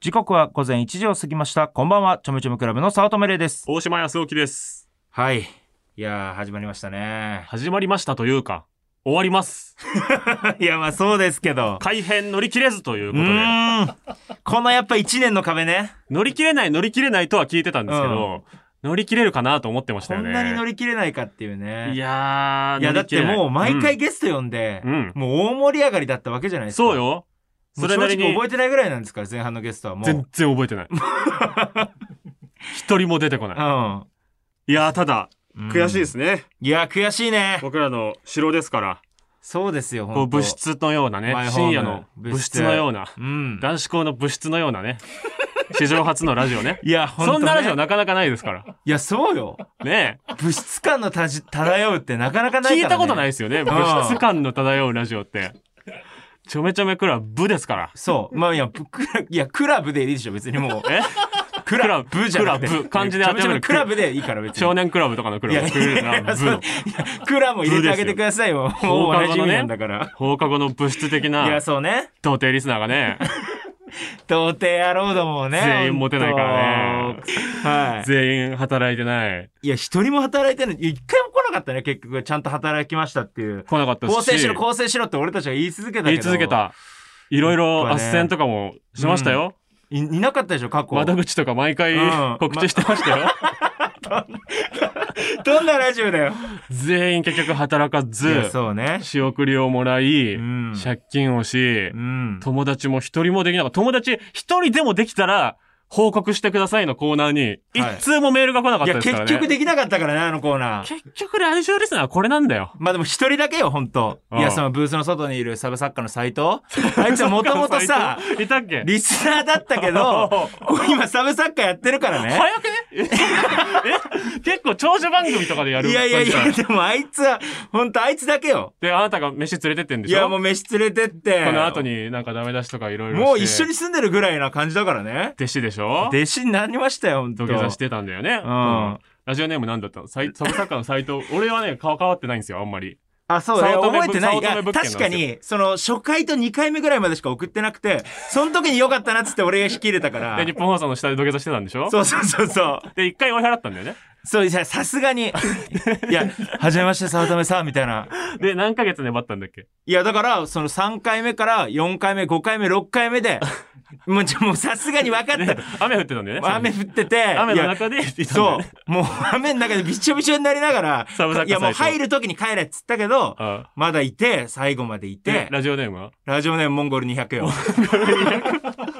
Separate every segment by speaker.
Speaker 1: 時刻は午前1時を過ぎました。こんばんは、ちょめちょめクラブの早乙女玲です。
Speaker 2: 大島康之です。
Speaker 1: はい。いやー、始まりましたね。
Speaker 2: 始まりましたというか、終わります。
Speaker 1: いや、まあそうですけど。
Speaker 2: 改編乗り切れずという
Speaker 1: う
Speaker 2: ことで。
Speaker 1: ーん。このやっぱ1年の壁ね。
Speaker 2: 乗り切れない乗り切れないとは聞いてたんですけど、乗り切れるかなと思ってました
Speaker 1: こ
Speaker 2: よね。
Speaker 1: んなに乗
Speaker 2: り
Speaker 1: り切れないかっていうね。
Speaker 2: いやー、
Speaker 1: いや、だ
Speaker 2: 乗り
Speaker 1: っ
Speaker 2: 切
Speaker 1: て
Speaker 2: れない
Speaker 1: もう毎回、ゲスト呼んで、
Speaker 2: うんうん
Speaker 1: もう大盛り上がりだったわけじゃないですか。
Speaker 2: そう。よ。
Speaker 1: そ
Speaker 2: そ
Speaker 1: れ
Speaker 2: れ
Speaker 1: な
Speaker 2: な
Speaker 1: り
Speaker 2: り
Speaker 1: に。正直
Speaker 2: に
Speaker 1: 覚えてないぐらいなんですから、前半のゲストはもう。
Speaker 2: 全然覚えてない。 一人も出てこない。いやー、ただ、
Speaker 1: うん。。
Speaker 2: 悔しいですすね。
Speaker 1: いや、悔しいね。
Speaker 2: 僕らの城ですから、
Speaker 1: そうですよ、
Speaker 2: こう
Speaker 1: 本当
Speaker 2: 物。質のようなね
Speaker 1: マイ、ホーム
Speaker 2: 深夜の
Speaker 1: 物
Speaker 2: 物
Speaker 1: 質
Speaker 2: 質のような、
Speaker 1: うん。
Speaker 2: 男子校の物質のようなね、史上初のラジ オね。
Speaker 1: いや、本当、ね、
Speaker 2: そんなラジオなかなかないです から。
Speaker 1: いや、そうよ。
Speaker 2: ねえ。
Speaker 1: 物質感のたじ 漂うってなかなかないから、ね。
Speaker 2: 聞いたことない
Speaker 1: い。
Speaker 2: ですよね。物質感の漂うラジオって。ちょめちょめクラブですから。
Speaker 1: そう。まあ、いや、ぶクラ いやクラブでいいでしょ、別にもう。
Speaker 2: え
Speaker 1: クラ
Speaker 2: クラ
Speaker 1: ブじゃなくて
Speaker 2: クラブ漢字で
Speaker 1: ちょ
Speaker 2: 当
Speaker 1: め
Speaker 2: て
Speaker 1: ち
Speaker 2: は
Speaker 1: ょめ
Speaker 2: める
Speaker 1: クラブでいいから、別に。
Speaker 2: 少年クラブとかのク
Speaker 1: いや
Speaker 2: ラブ。
Speaker 1: い
Speaker 2: ク
Speaker 1: やい
Speaker 2: ラ
Speaker 1: や
Speaker 2: ブ
Speaker 1: そう
Speaker 2: の
Speaker 1: いやクラも入れてあげてくださいよ。もうおなじみなんだから。
Speaker 2: 放課後の物質的
Speaker 1: いや、
Speaker 2: な
Speaker 1: そうね。
Speaker 2: 童貞リスナー がね、
Speaker 1: 童貞野郎どもをね。
Speaker 2: 全員モテないからね
Speaker 1: 本当。はい。
Speaker 2: 全員働いてない。
Speaker 1: いや、一人も働いてない。いや一回も来なかったね、結局。ちゃんと働きましたっていう。
Speaker 2: 来なかったし。
Speaker 1: 更生しろ、更生しろって俺たちが言い続けたけど。
Speaker 2: 言い続け。た。いろいろ
Speaker 1: やっぱ
Speaker 2: 斡
Speaker 1: ね
Speaker 2: 旋とかもしましたよ。
Speaker 1: いいなかったでしょ、過去。
Speaker 2: 窓口とか毎回
Speaker 1: うん
Speaker 2: 告知してましたよ。
Speaker 1: どんなラジオだよ。
Speaker 2: 全員結局働かず
Speaker 1: い、やそうね。
Speaker 2: 仕送りをもらい、
Speaker 1: うん
Speaker 2: 借金をし
Speaker 1: う、ん。
Speaker 2: 友達も一人もできなかった。友達一人でもできたら、報告してくださいのコーナーに、
Speaker 1: はい
Speaker 2: 一通もメールが来なかっ
Speaker 1: い
Speaker 2: た
Speaker 1: や、
Speaker 2: ですから
Speaker 1: 結
Speaker 2: ね。
Speaker 1: 局できなかったからね、あのコーナー。
Speaker 2: 結局ラジオリスナーはこれなんだよ。
Speaker 1: まあでも一人だけよ、本当いや、
Speaker 2: うん
Speaker 1: そのブースの外にいるサブ作家の斎藤。あいつはもとも とさ、
Speaker 2: 斉藤、いたっけ
Speaker 1: リスナーだったけ ど、こう今サブ作家やってるからね。
Speaker 2: 早くねえ結構長寿番組とかでやる。
Speaker 1: いやいやい
Speaker 2: 感
Speaker 1: や、
Speaker 2: じじゃん
Speaker 1: でもあいつは、ほんとあいつだけよ。
Speaker 2: で、あなたが飯連れてってんで
Speaker 1: い
Speaker 2: しょ
Speaker 1: や、もう飯連れてって。
Speaker 2: この後。になんかダメ出しとかいろいろして。
Speaker 1: もう一緒に。住んでるぐらいな感じだからね。
Speaker 2: 弟子でしょ
Speaker 1: 弟子になりましたよ、ほんと。
Speaker 2: 土下座してたんだよね。
Speaker 1: うん
Speaker 2: ラジオネームなんだったの斎サブ作家の斎藤。俺はね、顔変わってないんですよ、あんまり。
Speaker 1: あ、そうだね。
Speaker 2: 早乙女
Speaker 1: 覚えてない。い
Speaker 2: 早乙
Speaker 1: や
Speaker 2: 女物件なんです
Speaker 1: 確
Speaker 2: よ
Speaker 1: かに、その、初回と2回目ぐらいまでしか送ってなくて、その時に良かったなっつって俺が引き入れたか
Speaker 2: で、
Speaker 1: ら
Speaker 2: 日。本放送の下で土下座してたんでしょ
Speaker 1: そうそうそうそう。
Speaker 2: で、一回追い払ったんだよね。
Speaker 1: そう、いやさすがに。いや、はじめまして、早乙女さん、みたいな。
Speaker 2: で、何ヶ月粘ったんだっけ
Speaker 1: いや、だから、その3回目から4回目、5回目、6回目で、もう、ちょもうさすがに分かった
Speaker 2: で
Speaker 1: と。
Speaker 2: 雨降ってたんだよね。
Speaker 1: 雨降ってて、
Speaker 2: 雨
Speaker 1: い
Speaker 2: の
Speaker 1: や
Speaker 2: 中で、。
Speaker 1: そうう。もう雨の中でびちょびちょになりながら
Speaker 2: サブサッカ、ー
Speaker 1: いやもう
Speaker 2: 最
Speaker 1: 入
Speaker 2: 初
Speaker 1: る時に帰れっつったけど、
Speaker 2: あ
Speaker 1: まだいて、最後までい
Speaker 2: で
Speaker 1: て、、
Speaker 2: ラジオネームは
Speaker 1: ラジオネームモンゴル200よ。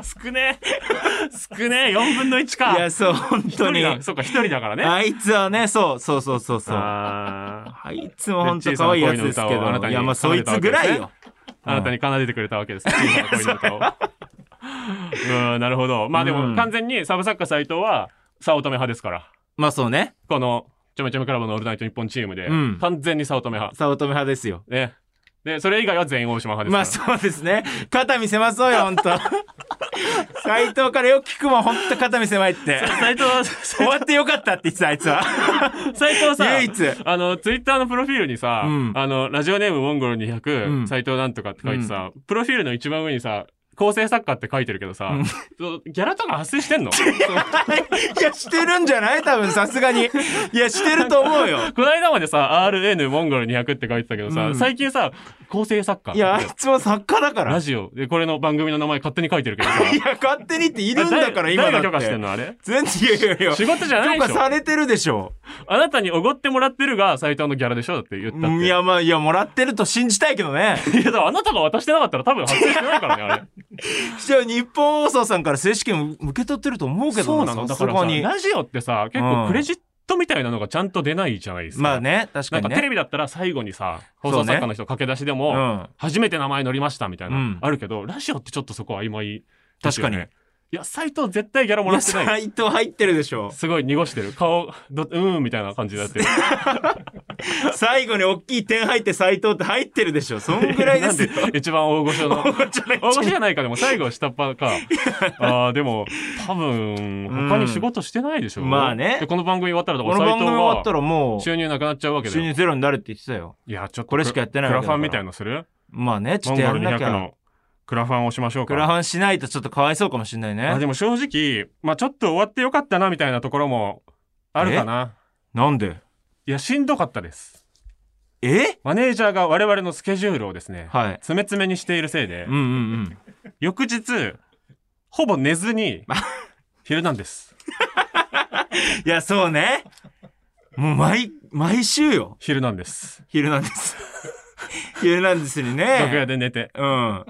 Speaker 2: 少ね え。少ねえ。4分の1か。
Speaker 1: いや、そう、本当に
Speaker 2: 一。人だ。そうか、一人だからね。
Speaker 1: あいつはね、そう、そうそうそうそう。あ
Speaker 2: あ
Speaker 1: いつも本当可愛いやつですけ
Speaker 2: で小さな恋の歌をあな
Speaker 1: ど、
Speaker 2: た
Speaker 1: い
Speaker 2: に
Speaker 1: や、まあそいつぐらいよ。
Speaker 2: ーあなたに奏でてくれたわけ です。小さな恋の歌を。うーん、なるほど。まあで
Speaker 1: うん
Speaker 2: も、完全にサブ作家斎藤は、早乙女派ですから。
Speaker 1: まあそうね、
Speaker 2: この、ちょめちょめクラブのオールナイト日本チームで
Speaker 1: うん、
Speaker 2: 完全に早乙女派。
Speaker 1: 早乙女派ですよ。
Speaker 2: ね。で、それ以外は全員大島派ですから。
Speaker 1: まあそうですね。肩見せまそうよ、本 当斉藤からよく聞くもん、本当肩見せまいって。
Speaker 2: 斉藤は、
Speaker 1: 終わってよかったって言ってた、あいつは。
Speaker 2: 斉藤さ、
Speaker 1: 唯一
Speaker 2: あの、ツイッターのプロフィールにさ、
Speaker 1: うん
Speaker 2: あの、ラジオネームモンゴル
Speaker 1: う
Speaker 2: 200、
Speaker 1: ん
Speaker 2: 斉藤なんとかって書いてさ、プロフィールの一番上にさ、構成作家って書いてるけどさ、そうギャラとか発生してんの そう
Speaker 1: いや、してるんじゃない多分、さすがに。いや、してると思うよ。
Speaker 2: この間までさ、RN モンゴル200って書いてたけどさ、
Speaker 1: うん
Speaker 2: 最近さ、構成作家
Speaker 1: いや、あいつも作家だから。
Speaker 2: ラ
Speaker 1: い
Speaker 2: ジオで、これの番組の名前勝手に書いてるけどさ、
Speaker 1: や、勝手にっているんだから、
Speaker 2: 誰
Speaker 1: 今だって。
Speaker 2: 誰が許可してんのあれ
Speaker 1: 全然、いやいやいや。
Speaker 2: 仕事じゃない
Speaker 1: 許可
Speaker 2: でし
Speaker 1: さ
Speaker 2: ょ
Speaker 1: れてるでしょ。
Speaker 2: あなたにおごってもらってるが、斉藤のギャラでしょだって言ったって。
Speaker 1: いや、まあ、いや、もらってると信じたいけどね。
Speaker 2: いやだからあなたが渡してなかったら多分発生してないからね、あれ。
Speaker 1: 一応、日本放送さんから正式権受け取ってると思うけど
Speaker 2: そうなのだ
Speaker 1: さ
Speaker 2: か
Speaker 1: す
Speaker 2: ら
Speaker 1: が
Speaker 2: さ
Speaker 1: に。
Speaker 2: ラジオってさ結
Speaker 1: うん
Speaker 2: 構クレジットみたいなのがちゃんと出ないじゃないですか、
Speaker 1: まあね、確か
Speaker 2: なん
Speaker 1: に
Speaker 2: か
Speaker 1: ね。
Speaker 2: テレビだったら最後にさ
Speaker 1: そうね
Speaker 2: 放送作家の人駆け出しでも、
Speaker 1: うん
Speaker 2: 初めて名前乗りましたみたいな、
Speaker 1: うん
Speaker 2: あるけどラジオってちょっとそこは曖昧、
Speaker 1: 確かに。
Speaker 2: いや斎藤絶対ギャラもらって
Speaker 1: いや
Speaker 2: ない
Speaker 1: 斉藤入ってるでしょ。
Speaker 2: すごい濁してる顔どうーんみたいな感じになってる
Speaker 1: 最後に大きい点入って斉藤って入ってるでしょ。そんぐらいですよ。
Speaker 2: なん一番大御 所の
Speaker 1: ちょっと
Speaker 2: 大御所じゃないかでも最後は下っ端かあーでも多分他に仕事してないでしょ、
Speaker 1: うんまあね
Speaker 2: でこの番組終わったらだか
Speaker 1: こ
Speaker 2: ら
Speaker 1: の
Speaker 2: 斎
Speaker 1: 番
Speaker 2: 藤
Speaker 1: 組終わった
Speaker 2: は
Speaker 1: らもう、
Speaker 2: 収入なくなっちゃうわけだ
Speaker 1: 収
Speaker 2: よ
Speaker 1: 入ゼロになるって言ってたよ。
Speaker 2: いや、ちょっと
Speaker 1: これしかやってない
Speaker 2: ク
Speaker 1: わ
Speaker 2: ラ
Speaker 1: けだ
Speaker 2: フ
Speaker 1: から
Speaker 2: ァンみたいのする
Speaker 1: まあね、ちょ
Speaker 2: モ
Speaker 1: っ
Speaker 2: ン
Speaker 1: と
Speaker 2: ゴ
Speaker 1: や
Speaker 2: ル
Speaker 1: んなき
Speaker 2: 200
Speaker 1: ゃ。
Speaker 2: のクラファンをしましょうか。
Speaker 1: クラファンしないとちょっとかわいそうかもしれない
Speaker 2: あ
Speaker 1: ね
Speaker 2: でも正直、まあちょっと終わってよかったなみたいなところもあるかな。
Speaker 1: なんで
Speaker 2: いや、しんどかったです。
Speaker 1: え
Speaker 2: マネージャーが我々のスケジュールをですね、
Speaker 1: はい
Speaker 2: 詰め詰めにしているせいで
Speaker 1: うん、うんうん
Speaker 2: 翌日、ほぼ寝 ずに、昼なんです。
Speaker 1: いやそうねもう毎毎週よ
Speaker 2: 昼なんです。
Speaker 1: 「ヒルナンデ ス」「ヒルナンデス」に
Speaker 2: 楽屋
Speaker 1: ね
Speaker 2: で寝て。
Speaker 1: うん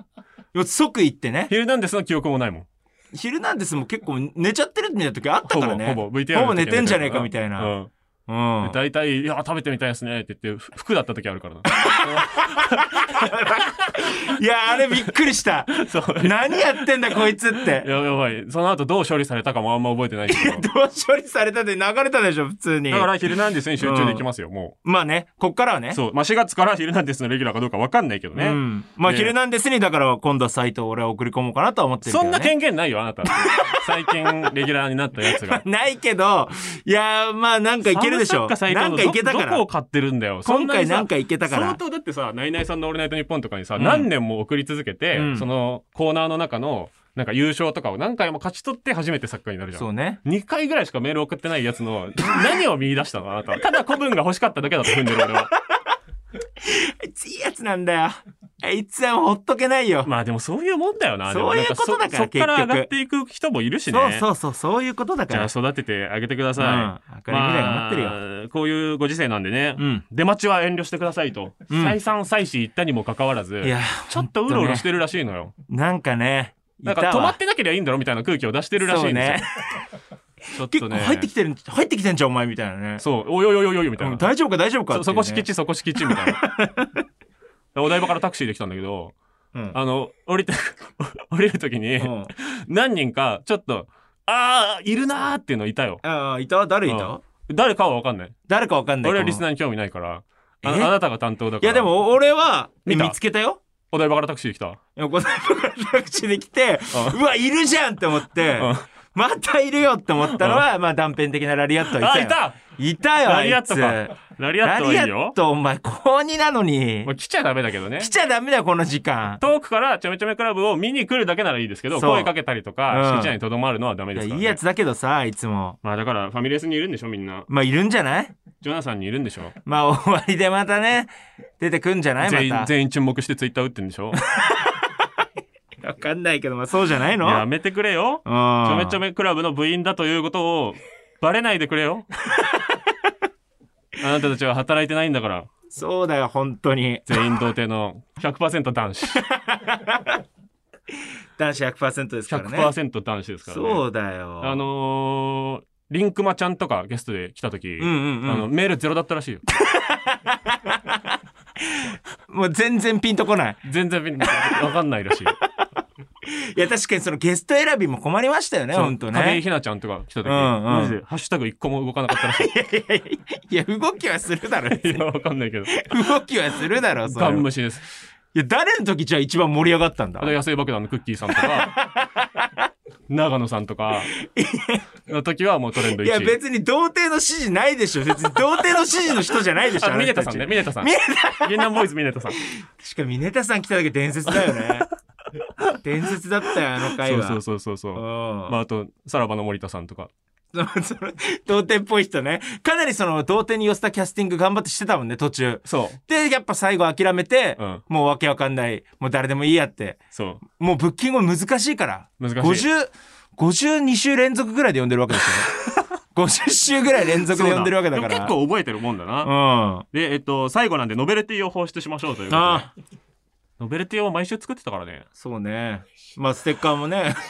Speaker 1: 即行ってね
Speaker 2: 昼なんですの記憶もないもん。
Speaker 1: 「ヒルナンデス」も結構寝ちゃってるみたいな時あった
Speaker 2: ほ
Speaker 1: から
Speaker 2: ぼ、
Speaker 1: ね
Speaker 2: ほぼ VTR の時
Speaker 1: ほぼ寝てんじゃねえかみたいな
Speaker 2: うん。
Speaker 1: うん
Speaker 2: 大体、いや、食べてみたいですねって言って、ふ服だった時あ るからな。
Speaker 1: いやあれびっくり した
Speaker 2: そう。
Speaker 1: 何やってんだこいつって
Speaker 2: ややばい。その後どう処理されたかもあんま覚えてないけど。
Speaker 1: どう処理されたで流れたでしょ普通に
Speaker 2: だから、ヒルナンデスに集中できますよ、も
Speaker 1: まあねこっからはね
Speaker 2: う。そう。まあ、4月からヒルナンデスのレギュラーかどうかわかんないけどね。
Speaker 1: うん、まあ「
Speaker 2: ね
Speaker 1: ヒルナンデス」にだから今度は斎藤俺は送り込もうかなとは思ってるけど、
Speaker 2: そ
Speaker 1: ね、。
Speaker 2: んな権限ないよ、あなた。最近、レギュラーになったやつが
Speaker 1: ないけどいやーまあなんかいけるでしょ
Speaker 2: サムサッカ斎藤
Speaker 1: な
Speaker 2: の
Speaker 1: んかいけたか
Speaker 2: どどこ
Speaker 1: ら
Speaker 2: を買ってるんだよ。
Speaker 1: 今回なん
Speaker 2: い
Speaker 1: かいけたから
Speaker 2: 相当だってさ、ナイナイさんのオールナイトニッポンとかにさ、
Speaker 1: うん
Speaker 2: 何年も送り続けて、
Speaker 1: うん
Speaker 2: そのコーナーの中の、なんか優勝とかを何回も勝ち取って初めて作家になるじゃん
Speaker 1: そ。うね
Speaker 2: 2回ぐらいしかメール送ってないやつの何を見出したのあなたはただ古文が欲しかっただけだと踏んでる俺は
Speaker 1: あいついいやつなんだよあいつはもうほっとけないよ、
Speaker 2: まあでもそういうもんだよな
Speaker 1: そういうことだから
Speaker 2: でもなんそそっから上
Speaker 1: 結局
Speaker 2: がっていく人もいるしね
Speaker 1: そうそうそうそういうことだ
Speaker 2: じ
Speaker 1: か
Speaker 2: ゃあ
Speaker 1: ら
Speaker 2: 育ててあげてください、
Speaker 1: うん、明るい未来が待ってるよ、
Speaker 2: まあこういうご時世なんでね、
Speaker 1: うん
Speaker 2: 出待ちは遠慮してくださいと、
Speaker 1: うん
Speaker 2: 再三再四言ったにもかかわらず
Speaker 1: いや
Speaker 2: ちょっとうろうろしててるらしいのよ、
Speaker 1: なんかねい
Speaker 2: なん
Speaker 1: た
Speaker 2: か
Speaker 1: わ
Speaker 2: 止まってなければいいんだろみたいな空気を出してるらしいんですよ、ちょっ
Speaker 1: 結構
Speaker 2: とね
Speaker 1: 入ってきてるん入ってきてんじゃんお前みたいなね
Speaker 2: そうおいおいおいおいおいみたいな、
Speaker 1: うん大丈夫か大丈夫かってい
Speaker 2: そう
Speaker 1: ね
Speaker 2: そこ敷地そこ敷地みたい なお台場からタクシーで来たんだけど
Speaker 1: うん
Speaker 2: あの降りて 降りる時に
Speaker 1: うん
Speaker 2: 何人かちょっと「ああいるな」っていうのいたよ
Speaker 1: ああいた誰いた、
Speaker 2: うん誰かは分かんない
Speaker 1: 誰かわかんない
Speaker 2: 俺はリス
Speaker 1: ー
Speaker 2: ナーに興味ないから
Speaker 1: え
Speaker 2: ああなたが担当だから
Speaker 1: いやでも俺は
Speaker 2: 見
Speaker 1: 見
Speaker 2: た
Speaker 1: つけたよ
Speaker 2: お台場からタクシーで来た
Speaker 1: 横田からタクシーで来てうわいるじゃんって思って
Speaker 2: うん
Speaker 1: またいるよって思ったのはまあ断片的なラリアットはい
Speaker 2: あ
Speaker 1: た
Speaker 2: い
Speaker 1: よ
Speaker 2: た
Speaker 1: いたよ
Speaker 2: ラ
Speaker 1: あ
Speaker 2: リアッ
Speaker 1: い
Speaker 2: ト
Speaker 1: つ
Speaker 2: か
Speaker 1: ラ
Speaker 2: ラリ
Speaker 1: リ
Speaker 2: アットはいい
Speaker 1: アッ
Speaker 2: よ
Speaker 1: トお前高2なのに
Speaker 2: まあ来ちゃダメだけどね
Speaker 1: 来ちゃダメだよこの時間
Speaker 2: 遠くからちゃめちゃめクラブを見に来るだけならいいですけど
Speaker 1: そう
Speaker 2: 声かけたりと
Speaker 1: う
Speaker 2: か
Speaker 1: ん
Speaker 2: 敷地内にとどまるのはダ
Speaker 1: い
Speaker 2: メで
Speaker 1: や
Speaker 2: す
Speaker 1: い
Speaker 2: から、ね、
Speaker 1: いやつだけどさいつも
Speaker 2: まあだからファミレスにいるんでしょみんな
Speaker 1: まあいるんじゃない
Speaker 2: ジョナサンにいるんでしょ
Speaker 1: まあ終わりでまたね出てくんじゃない
Speaker 2: 全員
Speaker 1: また
Speaker 2: 全員沈黙してツイッター打ってんでしょ
Speaker 1: わかんないけどま あそうじゃないの
Speaker 2: やめてくれよちょめちょ
Speaker 1: め
Speaker 2: めクラブの部員だということをバレないでくれよあなたたちは働いてないんだから
Speaker 1: そうだよ本当に
Speaker 2: 全員童貞の100%男子
Speaker 1: 男子100%ですからね
Speaker 2: 100%男子ですからね
Speaker 1: そうだよ
Speaker 2: あのー、リンクマちゃんとかゲストで来た時、
Speaker 1: うんうんうん
Speaker 2: あのメールゼロだったらしいよ
Speaker 1: もう全然ピンとこない。
Speaker 2: 全然分かんないらし い
Speaker 1: いや、確かにそのゲスト選びも困りましたよね、ほんと
Speaker 2: 亀井
Speaker 1: ね。
Speaker 2: ひなちゃんとか来た時、
Speaker 1: うんうん
Speaker 2: マジでハッシュタグ一個も動かなかったら しい
Speaker 1: いや、動きはするだろ。
Speaker 2: いやわかんないけど
Speaker 1: 動きはするだろ、それ
Speaker 2: ガ
Speaker 1: は
Speaker 2: ン
Speaker 1: い
Speaker 2: 無視です
Speaker 1: や、誰の時じゃあ一番盛り上がったんだ
Speaker 2: あと野生爆弾のクッキーさんとか 長野さんとかの時はもうトレンド1
Speaker 1: い
Speaker 2: 位
Speaker 1: や、別に童貞の指示ないでしょ。別に童貞の指示の人じゃないでしょ。
Speaker 2: あミネタさんねミネタさん
Speaker 1: ミネ
Speaker 2: 銀杏ボーイズミネタさんそ
Speaker 1: しかもミネタさん来ただけ伝説だよ ね。伝説だったよ、あの回
Speaker 2: う
Speaker 1: は。
Speaker 2: そうそうそうそう
Speaker 1: うん
Speaker 2: まああとさらばの森田さんとか
Speaker 1: そのその童貞っぽい人ね。かなりその童貞に寄せたキャスティング頑張ってしてたもんね、途中。
Speaker 2: そう
Speaker 1: で、やっぱ最後諦めて、
Speaker 2: うん
Speaker 1: もうわけわかんない、もう誰でもいいやって。
Speaker 2: そ
Speaker 1: もうブッキング難しいから。
Speaker 2: 難しい
Speaker 1: 50、52週連続ぐらいで呼んでるわけです よ。50週ぐらい連
Speaker 2: う
Speaker 1: 続で呼んでるわけだから。
Speaker 2: でも結構覚えてるもんだな、
Speaker 1: うん。
Speaker 2: でえっと最後なんでノベルティを放出しましょうということで
Speaker 1: ああ、
Speaker 2: ノベルティを毎週作ってたからね
Speaker 1: そうね。まあステッカーもね。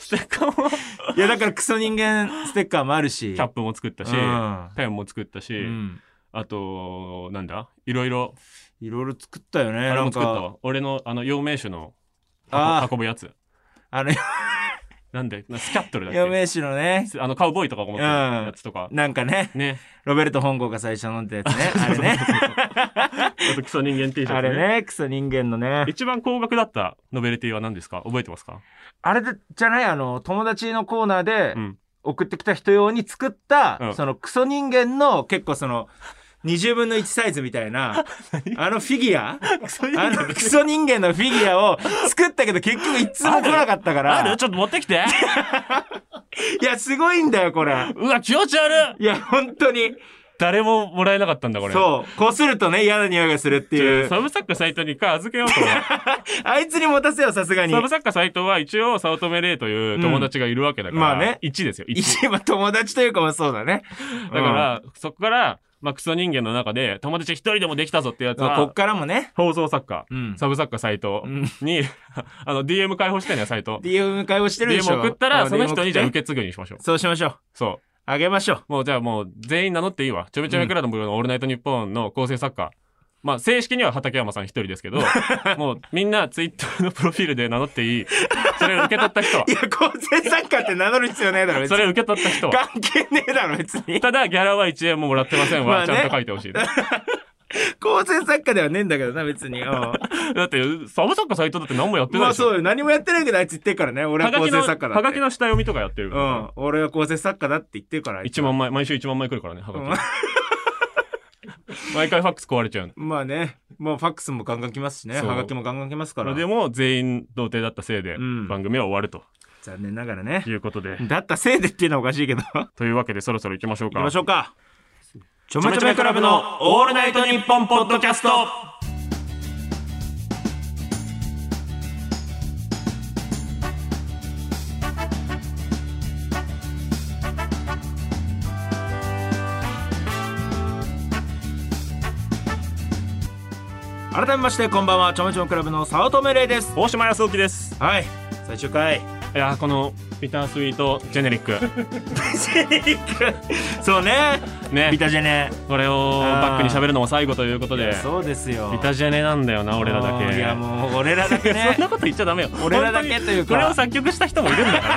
Speaker 2: ステッカーも
Speaker 1: いやだからクソ人間ステッカーもあるし。
Speaker 2: キャップも作ったし、
Speaker 1: うん
Speaker 2: ペンも作ったし、
Speaker 1: うん。
Speaker 2: あとなんだいろいろ
Speaker 1: いろいろ作ったよね。
Speaker 2: あれ
Speaker 1: な
Speaker 2: も
Speaker 1: ん
Speaker 2: 作ったわ
Speaker 1: か、
Speaker 2: 俺のあの陽明酒の
Speaker 1: あ
Speaker 2: 運ぶやつ
Speaker 1: あの、
Speaker 2: なんでなスキャットルだっ
Speaker 1: 余
Speaker 2: け
Speaker 1: 命酒のね、
Speaker 2: あのカウボーイとか思ってるやつとか、
Speaker 1: なんかね、
Speaker 2: ね
Speaker 1: ロベルト本郷が最初飲んだやつ ね。あれね。
Speaker 2: あとクソ人間 T シャツ、ね、
Speaker 1: あれね、クソ人間のね。
Speaker 2: 一番高額だったノベルティは何ですか覚えてますか
Speaker 1: あれでじゃないあの友達のコーナーで
Speaker 2: うん
Speaker 1: 送ってきた人用に作った、
Speaker 2: うん
Speaker 1: そのクソ人間の結構その20分の1サイズみたい な、あのフィギュア
Speaker 2: そういう
Speaker 1: あのクソ人間のフィギュアを作ったけど結局いつも来なかったか
Speaker 2: ある
Speaker 1: ら。
Speaker 2: ちょっと持ってきて。
Speaker 1: いや、すごいんだよ、これ。
Speaker 2: うわ、気持ち悪い
Speaker 1: いや、本当に。
Speaker 2: 誰ももらえなかったんだ、これ。う。
Speaker 1: そう。こするとね、嫌な匂いがするっていう。
Speaker 2: サブサッカー斎藤に一回預けようと思う。
Speaker 1: あいつに持たせよ、さすがに
Speaker 2: サ。ブサッカー斎藤は一応、早乙女麗という友達がいるわけだから、
Speaker 1: うんまあね
Speaker 2: 1ですよ、1。
Speaker 1: 一番友達というか、まあそうだね。
Speaker 2: だから、そこから、まあ、クソ人間の中で、友達一人でもできたぞってやつ
Speaker 1: うん、まあこっ
Speaker 2: は、
Speaker 1: からもね。
Speaker 2: 放送作家、
Speaker 1: うん
Speaker 2: サブ作家斎藤
Speaker 1: ん
Speaker 2: に、 あの、DM 解放してね、斎藤。
Speaker 1: DM 会をしてるでし
Speaker 2: DM
Speaker 1: ょ。
Speaker 2: 送ったら、
Speaker 1: うん
Speaker 2: その人にじゃあ
Speaker 1: DM
Speaker 2: 受け継ぐにしましょう。
Speaker 1: そうしましょう。
Speaker 2: そ
Speaker 1: あげましょう。
Speaker 2: う。もうじゃあもう、全員名乗っていいわ。ちょびちょびクラブのオールナイトニッポンの構成作家。まあ、正式には畠山さん一人です
Speaker 1: 。
Speaker 2: けど、もうみんなツイッターのプロフィールで名乗っていい。それを受け取った人はい
Speaker 1: や、公然作家って名乗る必要ねえだろ、別
Speaker 2: そ
Speaker 1: に。
Speaker 2: れを受け取った人は。
Speaker 1: 関係ねえだろ、別に。
Speaker 2: ただ、ギャラは1円ももらってません
Speaker 1: まあ
Speaker 2: わ。
Speaker 1: ね
Speaker 2: ちゃんと書いてほしい。だ
Speaker 1: 公然作家ではねえんだけどな、別に。うん
Speaker 2: って、サブ作家斎藤だって何もやってない
Speaker 1: まあ
Speaker 2: でしょ。
Speaker 1: そうよ。何もやってないけど、あいつ言ってるからね。俺
Speaker 2: は
Speaker 1: は
Speaker 2: が
Speaker 1: 構
Speaker 2: き
Speaker 1: 成
Speaker 2: の、
Speaker 1: 作家だ
Speaker 2: は
Speaker 1: って。
Speaker 2: がきの下読みとかやってるか
Speaker 1: う
Speaker 2: ら。
Speaker 1: ん。俺は構成作家だって言ってるから。あいつ
Speaker 2: 1万枚、毎週1万枚来るからね、はがき。毎回ファックス壊れちゃうの。
Speaker 1: うんまあね。まあ、ファックスもガンガン来ますしね。
Speaker 2: そう
Speaker 1: はがきもガンガン来ますから。
Speaker 2: でも、全員童貞だったせいで
Speaker 1: うん、
Speaker 2: 番組は終わると
Speaker 1: 残念ながらね。
Speaker 2: いうことで。
Speaker 1: だったせいでっていうのはおかしいけど。 行
Speaker 2: というわけで、そろそろ行きましょう
Speaker 1: き
Speaker 2: か。
Speaker 1: ましょうか。ちょめ
Speaker 2: め
Speaker 1: ち
Speaker 2: ち
Speaker 1: ょ
Speaker 2: ょ
Speaker 1: め
Speaker 2: め
Speaker 1: ク
Speaker 2: ク
Speaker 1: ラ
Speaker 2: ラ
Speaker 1: ブ
Speaker 2: ブ
Speaker 1: の
Speaker 2: の
Speaker 1: オ
Speaker 2: オ
Speaker 1: ー
Speaker 2: ー
Speaker 1: ル
Speaker 2: ル
Speaker 1: ナ
Speaker 2: ナ
Speaker 1: イ
Speaker 2: イ
Speaker 1: ト
Speaker 2: ト
Speaker 1: ニ
Speaker 2: ニ
Speaker 1: ッ
Speaker 2: ッ
Speaker 1: ポ
Speaker 2: ポ
Speaker 1: ン
Speaker 2: ン
Speaker 1: ポ
Speaker 2: ポ
Speaker 1: ッ
Speaker 2: ッ
Speaker 1: ド
Speaker 2: ド
Speaker 1: キ
Speaker 2: キ
Speaker 1: ャ
Speaker 2: ャ
Speaker 1: ス
Speaker 2: ス
Speaker 1: ト
Speaker 2: ト。
Speaker 1: 改めまして、こんばんは。ちょめちょめクラブの早乙女玲です。
Speaker 2: 大島康之です。
Speaker 1: はい。最終回。
Speaker 2: いやー、この、ビタースイートジェネリック。
Speaker 1: そうね。ビ
Speaker 2: ね。
Speaker 1: タジェネ。
Speaker 2: これをバックに喋るのも最後ということで。
Speaker 1: そうですよ。
Speaker 2: ビタジェネなんだよな、俺らだけ。
Speaker 1: いや、もう、俺らだけ
Speaker 2: そん
Speaker 1: ね
Speaker 2: な。こと言っちゃダメよ
Speaker 1: 俺らだけというか
Speaker 2: 本当にこれを作曲した人もいるんだか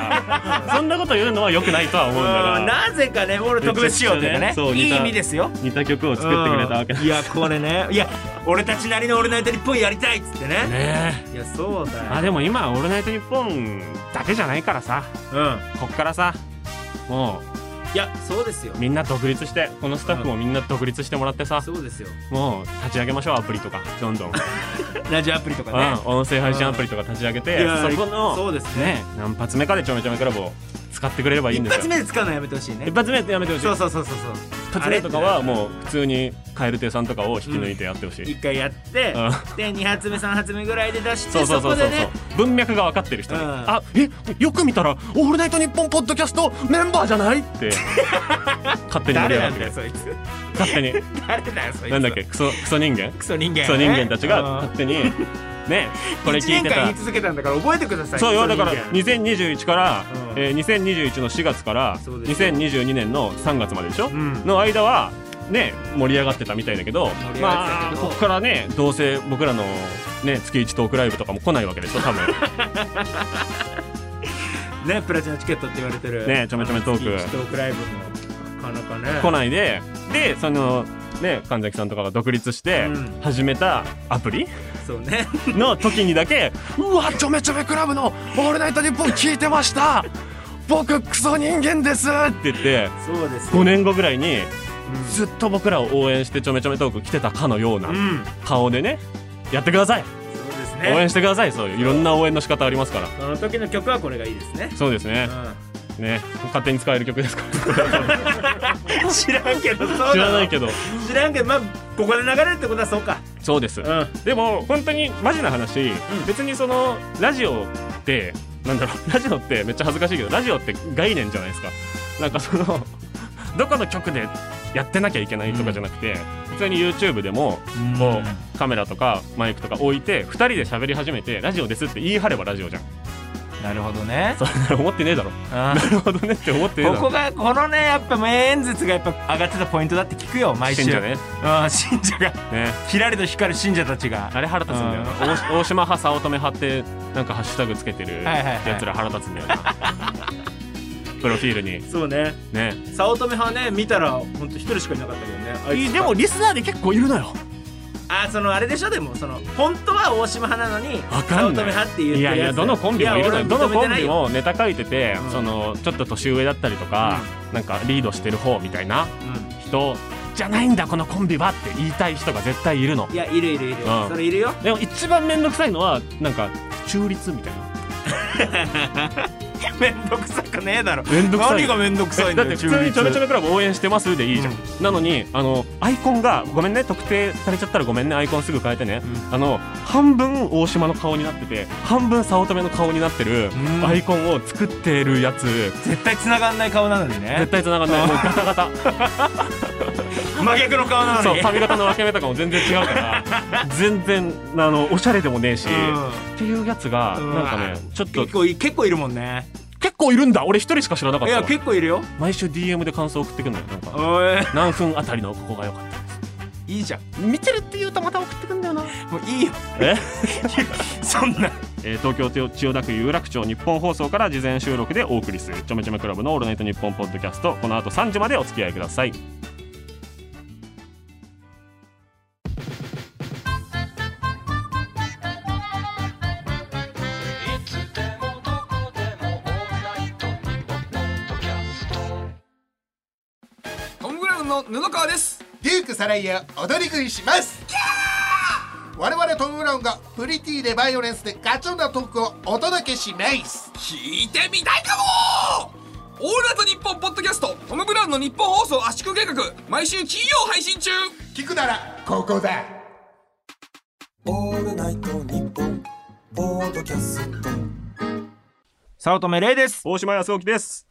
Speaker 2: らそんなこと言うのは良くないとは思うんだ
Speaker 1: うん
Speaker 2: が
Speaker 1: なぜかね、俺特別仕様というか
Speaker 2: めちゃ
Speaker 1: ね
Speaker 2: くちゃねそう。
Speaker 1: い
Speaker 2: 似
Speaker 1: い
Speaker 2: た
Speaker 1: 意味ですよ。
Speaker 2: 似た曲を作ってくれたわけだ
Speaker 1: うんいやこれねいや俺たちなりの「オールナイトニッポン」やりたいっつってね
Speaker 2: ねえ
Speaker 1: いやそうだよ
Speaker 2: あでも今「オールナイトニッポン」だけじゃないからさ
Speaker 1: うん
Speaker 2: こっからさも
Speaker 1: いやそうですよ
Speaker 2: うみんな独立してこのスタッフもみんな独立してもらってさ
Speaker 1: そうですよ
Speaker 2: もう立ち上げましょうアプリとかど んどん、
Speaker 1: ラジオアプリとか
Speaker 2: う
Speaker 1: ね
Speaker 2: ん、音声配信アプリとか立ち上げ
Speaker 1: い
Speaker 2: て
Speaker 1: や
Speaker 2: そ
Speaker 1: そ
Speaker 2: この
Speaker 1: うですね
Speaker 2: ね何発目かでちょめちょめクラブを使ってくれればいい
Speaker 1: 一
Speaker 2: んです
Speaker 1: 発
Speaker 2: よ
Speaker 1: 目で使うのやめてほしいね
Speaker 2: 一発目ってやめてほしい
Speaker 1: そうそうそうそう
Speaker 2: 一発目とかはもう普通に蛙亭さんとかを引き抜いてやってほし
Speaker 1: う
Speaker 2: い、
Speaker 1: 一回やって
Speaker 2: うん
Speaker 1: で二発目三発目ぐらいで出して
Speaker 2: そうそ
Speaker 1: そ
Speaker 2: うそ
Speaker 1: こ
Speaker 2: うそうそ
Speaker 1: で
Speaker 2: う、
Speaker 1: ね
Speaker 2: 文脈が分かってる人に、
Speaker 1: うん
Speaker 2: あえよく見たら「オールナイトニッポン」ポッドキャストメンバーじゃないって 勝手に
Speaker 1: 誰
Speaker 2: 盛り上が
Speaker 1: な
Speaker 2: って
Speaker 1: んだよ
Speaker 2: くれる
Speaker 1: そいつ
Speaker 2: 勝手に
Speaker 1: 誰だよそいつ
Speaker 2: なんだっけクソクソ人間
Speaker 1: クソ人間
Speaker 2: クソ人間たちが勝
Speaker 1: うん
Speaker 2: 手にねこれ
Speaker 1: 一
Speaker 2: 聞い
Speaker 1: 年
Speaker 2: て
Speaker 1: 間言
Speaker 2: た
Speaker 1: い続けたんだから覚えてください
Speaker 2: そうよ
Speaker 1: クソ人
Speaker 2: だか
Speaker 1: 間
Speaker 2: ら2021から、
Speaker 1: うん
Speaker 2: えー2021の4月から
Speaker 1: そうですよ
Speaker 2: 2022年の3月まででしょ、
Speaker 1: うん
Speaker 2: の間はね盛り上がってたみたいだけど
Speaker 1: 盛り上が
Speaker 2: ま
Speaker 1: っ
Speaker 2: あ
Speaker 1: てたけど
Speaker 2: ここからねどうせ僕らの、ね、月1トークライブとかも来ないわけでしょ多分
Speaker 1: ねプラチナチケットって言われてる
Speaker 2: ねちょめちょめトーク
Speaker 1: あの月一トークライブもなかなかね
Speaker 2: 来ないででそのね神崎さんとかが独立して
Speaker 1: うん
Speaker 2: 始めたアプリ
Speaker 1: そうね
Speaker 2: の時にだけ「うわちょめちょめクラブのオールナイトニッポン聞いてました僕クソ人間です!」って言って
Speaker 1: そうです
Speaker 2: 5年後ぐらい
Speaker 1: う
Speaker 2: に
Speaker 1: ん
Speaker 2: ずっと僕らを応援してちょめちょめトーク来てたかのような
Speaker 1: うん
Speaker 2: 顔でねやってください
Speaker 1: そうです
Speaker 2: 応
Speaker 1: ね
Speaker 2: 援してくださいそういういろんな応援の仕方ありますから
Speaker 1: その時の曲はこれがいいです ね
Speaker 2: そうですねね勝手に使える曲ですから
Speaker 1: うん知らんけどそうなの
Speaker 2: 知らないけど
Speaker 1: 知らんけどまあここで流れるってことはそうか
Speaker 2: そうです
Speaker 1: うんうん
Speaker 2: でも本当にマジな話、別にそのラジオってなんだろう ラジオってめっちゃ恥ずかしいけどラジオって概念じゃないですかなんかその どこの局でやってなきゃいけないとかじゃなくて、普通に YouTube でももうカメラとかマイクとか置いて2人で喋り始めてラジオですって言い張ればラジオじゃん
Speaker 1: なるほどね
Speaker 2: そんなの思ってねえ だろ
Speaker 1: あ
Speaker 2: なるほどねって思ってね え
Speaker 1: こ
Speaker 2: だ
Speaker 1: こ
Speaker 2: ろ
Speaker 1: がこのねやっぱ名演説がやっぱ上がってたポイントだって聞くよ毎週
Speaker 2: 信者ね
Speaker 1: うん信者が
Speaker 2: ね
Speaker 1: キラリと光る信者たちが
Speaker 2: あれ腹立つんだよな大島大島派早乙女派ってなんかハッシュタグつけてる
Speaker 1: はいはいはい
Speaker 2: やつら腹立つんだよ なプロフィールに
Speaker 1: そうね
Speaker 2: ね
Speaker 1: 早乙女派ね見たら本当一人しかいなかったけどねあいつ
Speaker 2: でもリスナーで結構いるのよ
Speaker 1: あそのあれでしょでもその本当は大島派なのに
Speaker 2: わかんな
Speaker 1: 早乙女
Speaker 2: い
Speaker 1: 派って言ってる
Speaker 2: いやいやどのコンビもいるのよどのコンビもネタ書いてて、
Speaker 1: うん
Speaker 2: そのちょっと年上だったりとか、なんかリードしてる方みたいな人じゃないんだこのコンビはって言いたい人が絶対いるの
Speaker 1: いやいるいるいる、
Speaker 2: うん
Speaker 1: それいるよ
Speaker 2: でも一番面倒くさいのはなんか中立みたいな
Speaker 1: めんどくさくねえだろ
Speaker 2: めんどくさい
Speaker 1: 何がめんどくさいんだよ
Speaker 2: だって普通にちょめちょめクラブ応援してますでいいじゃん、
Speaker 1: う
Speaker 2: なのにあのアイコンがごめんね特定されちゃったらごめんねアイコンすぐ変えてね、あの半分大島の顔になってて半分早乙女の顔になってる
Speaker 1: うん
Speaker 2: アイコンを作ってるやつ
Speaker 1: 絶対繋がんない顔なのにね
Speaker 2: 絶対繋がんないもうガタガタ
Speaker 1: 真逆の顔なの
Speaker 2: そう
Speaker 1: に
Speaker 2: 髪型の分け目とかも全然違うから 全然あのおしゃれでもねえし、
Speaker 1: うん
Speaker 2: っていうやつが
Speaker 1: うん
Speaker 2: なんかねちょっと
Speaker 1: 結構い結構いるもんね
Speaker 2: 結構いるんだ俺一人しか知らなか
Speaker 1: い
Speaker 2: った
Speaker 1: や
Speaker 2: わ
Speaker 1: 結構いるよ
Speaker 2: 毎週 DM で感想送ってくるのよなんか
Speaker 1: おい
Speaker 2: 何分あたりのここが良かった
Speaker 1: いいじゃん
Speaker 2: 見てるって言うとまた送ってくんだよな
Speaker 1: もういいよ
Speaker 2: え
Speaker 1: そんな
Speaker 2: えー東京千代田区有楽町日本放送から事前収録でお送りする「ちょめちょめクラブのオールナイトニッポン」ポッドキャストこの後3時までお付き合いください
Speaker 3: いつでもどこでもオールナイトニッポンポッドキャスト」
Speaker 4: トム・ブラウンの布川です
Speaker 5: デュークサライヤ踊り食いします我々トム・ブラウンがプリティでバイオレンスでガチョンなトークをお届けします
Speaker 4: 聞いてみたいかもオールナイトニッポンポッドキャストトム・ブラウンの日本放送圧縮計画毎週金曜配信中
Speaker 5: 聞くならここだ
Speaker 1: 早乙女礼です
Speaker 2: 大島康之です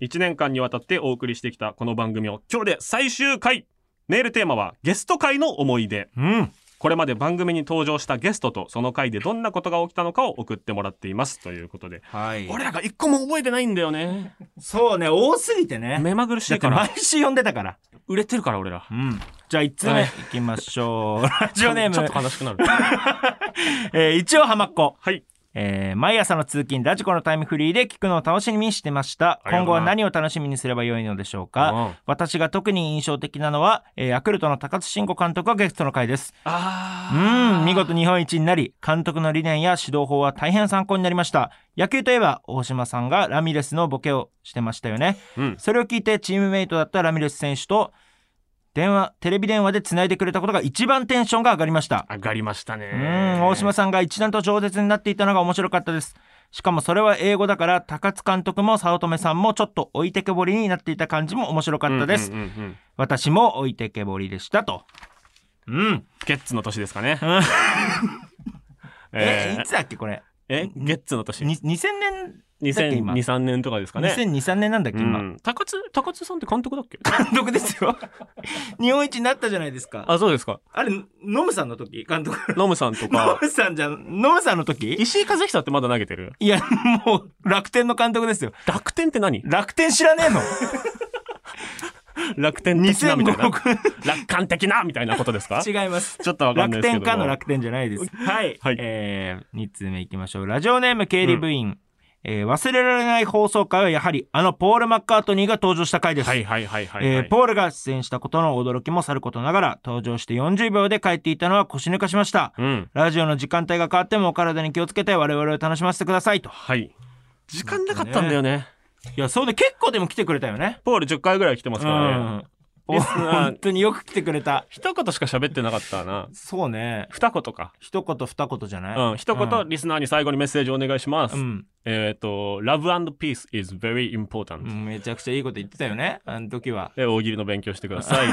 Speaker 2: 1年間にわたってお送りしてきたこの番組を今日で最終回メールテーマは「ゲスト会の思い出」
Speaker 1: うん
Speaker 2: これまで番組に登場したゲストとその回でどんなことが起きたのかを送ってもらっていますということで
Speaker 1: はい
Speaker 2: 俺らが一個も覚えてないんだよね
Speaker 1: そうね多すぎてね
Speaker 2: 目まぐるし
Speaker 1: だっ
Speaker 2: い
Speaker 1: て
Speaker 2: から
Speaker 1: 毎週呼んでたから
Speaker 2: 売れてるから俺ら
Speaker 1: うんじゃあ1つ目、
Speaker 2: はい
Speaker 1: い、きましょう ラジオネーム
Speaker 2: ちょっと悲しく なる
Speaker 1: えー一応浜っ子
Speaker 2: はい
Speaker 1: えー毎朝の通勤ラジコのタイムフリーで聞くのを楽しみにしてました
Speaker 2: ありがとうな
Speaker 1: 今後は何を楽しみにすればよいのでしょう
Speaker 2: うん
Speaker 1: か私が特に印象的なのは、えーヤクルトの高津慎吾監督がゲストの回です
Speaker 2: あ
Speaker 1: うーん、見事日本一になり、監督の理念や指導法は大変参考になりました。野球といえば、大島さんがラミレスのボケをしてましたよね。
Speaker 2: うん
Speaker 1: それを聞いて、チームメイトだったラミレス選手と、電話、テレビ電話で繋いでくれたことが一番テンションが上がりました。
Speaker 2: 上がりました
Speaker 1: うー
Speaker 2: ね
Speaker 1: ん、大島
Speaker 2: さ
Speaker 1: さんが一段と饒舌になっていたのが面白かったです。しかもそれは英語だから、高津監督も早乙女さんもちょっと置いてけぼりになっていた感じも面白かったです。
Speaker 2: うんうんうんうん
Speaker 1: 私も置いてけぼりでしたと。うん。
Speaker 2: ゲッツの年ですかね
Speaker 1: え
Speaker 2: え、ー
Speaker 1: いつだっけこれ。
Speaker 2: えゲッツの年
Speaker 1: に2000年だっけ今
Speaker 2: 2023年とかですかね
Speaker 1: 2002、3年なんだっけ、
Speaker 2: う
Speaker 1: 今。
Speaker 2: ん高津高津さんって監督だっけ
Speaker 1: 監督ですよ。日本一になったじゃないですか。あ
Speaker 2: あそうですか
Speaker 1: れ、ノムさんの時監督。
Speaker 2: ノムさんと
Speaker 1: ノ
Speaker 2: か
Speaker 1: ムさんじゃん、ノムさんの時
Speaker 2: 石井和久ってまだ投げてる
Speaker 1: いや、もう、楽天の監督ですよ。
Speaker 2: 楽天って何
Speaker 1: 楽天知らねえの
Speaker 2: 楽天的なみたいな楽観的なみたいなことで す か
Speaker 1: 違います。
Speaker 2: ちょっとわかんな
Speaker 1: 楽
Speaker 2: いですけ
Speaker 1: 天
Speaker 2: ど
Speaker 1: かの楽天じゃないです。はい。
Speaker 2: はい
Speaker 1: えー、2つ目いきましょう。ラジオネーム経理部員。えー忘れられない放送回はやはり、あの、ポール・マッカートニーが登場した回です。
Speaker 2: はいはいはいはい、はい
Speaker 1: えーポールが出演したことの驚きもさることながら登場して40秒で帰っていたのは腰抜かしました、
Speaker 2: うん
Speaker 1: ラジオの時間帯が変わってもお体に気をつけて我々を楽しませてくださいと
Speaker 2: はい時間なかったんだよね
Speaker 1: いやそうで結構でも来てくれたよね
Speaker 2: ポール10回ぐらい来てま
Speaker 1: う
Speaker 2: すからね、
Speaker 1: ん
Speaker 2: リ
Speaker 1: お
Speaker 2: スナー
Speaker 1: 本当によく来てくれた
Speaker 2: 一言しか喋ってなかったな
Speaker 1: そうね
Speaker 2: 二言か
Speaker 1: 一言二言じゃない、
Speaker 2: うん、一言、リスナーに最後にメッセージお願いします。
Speaker 1: うん
Speaker 2: えっ、と、Love and Peace is very important、
Speaker 1: うんめちゃくちゃいいこと言ってたよねあの時は
Speaker 2: で、大喜利の勉強してください。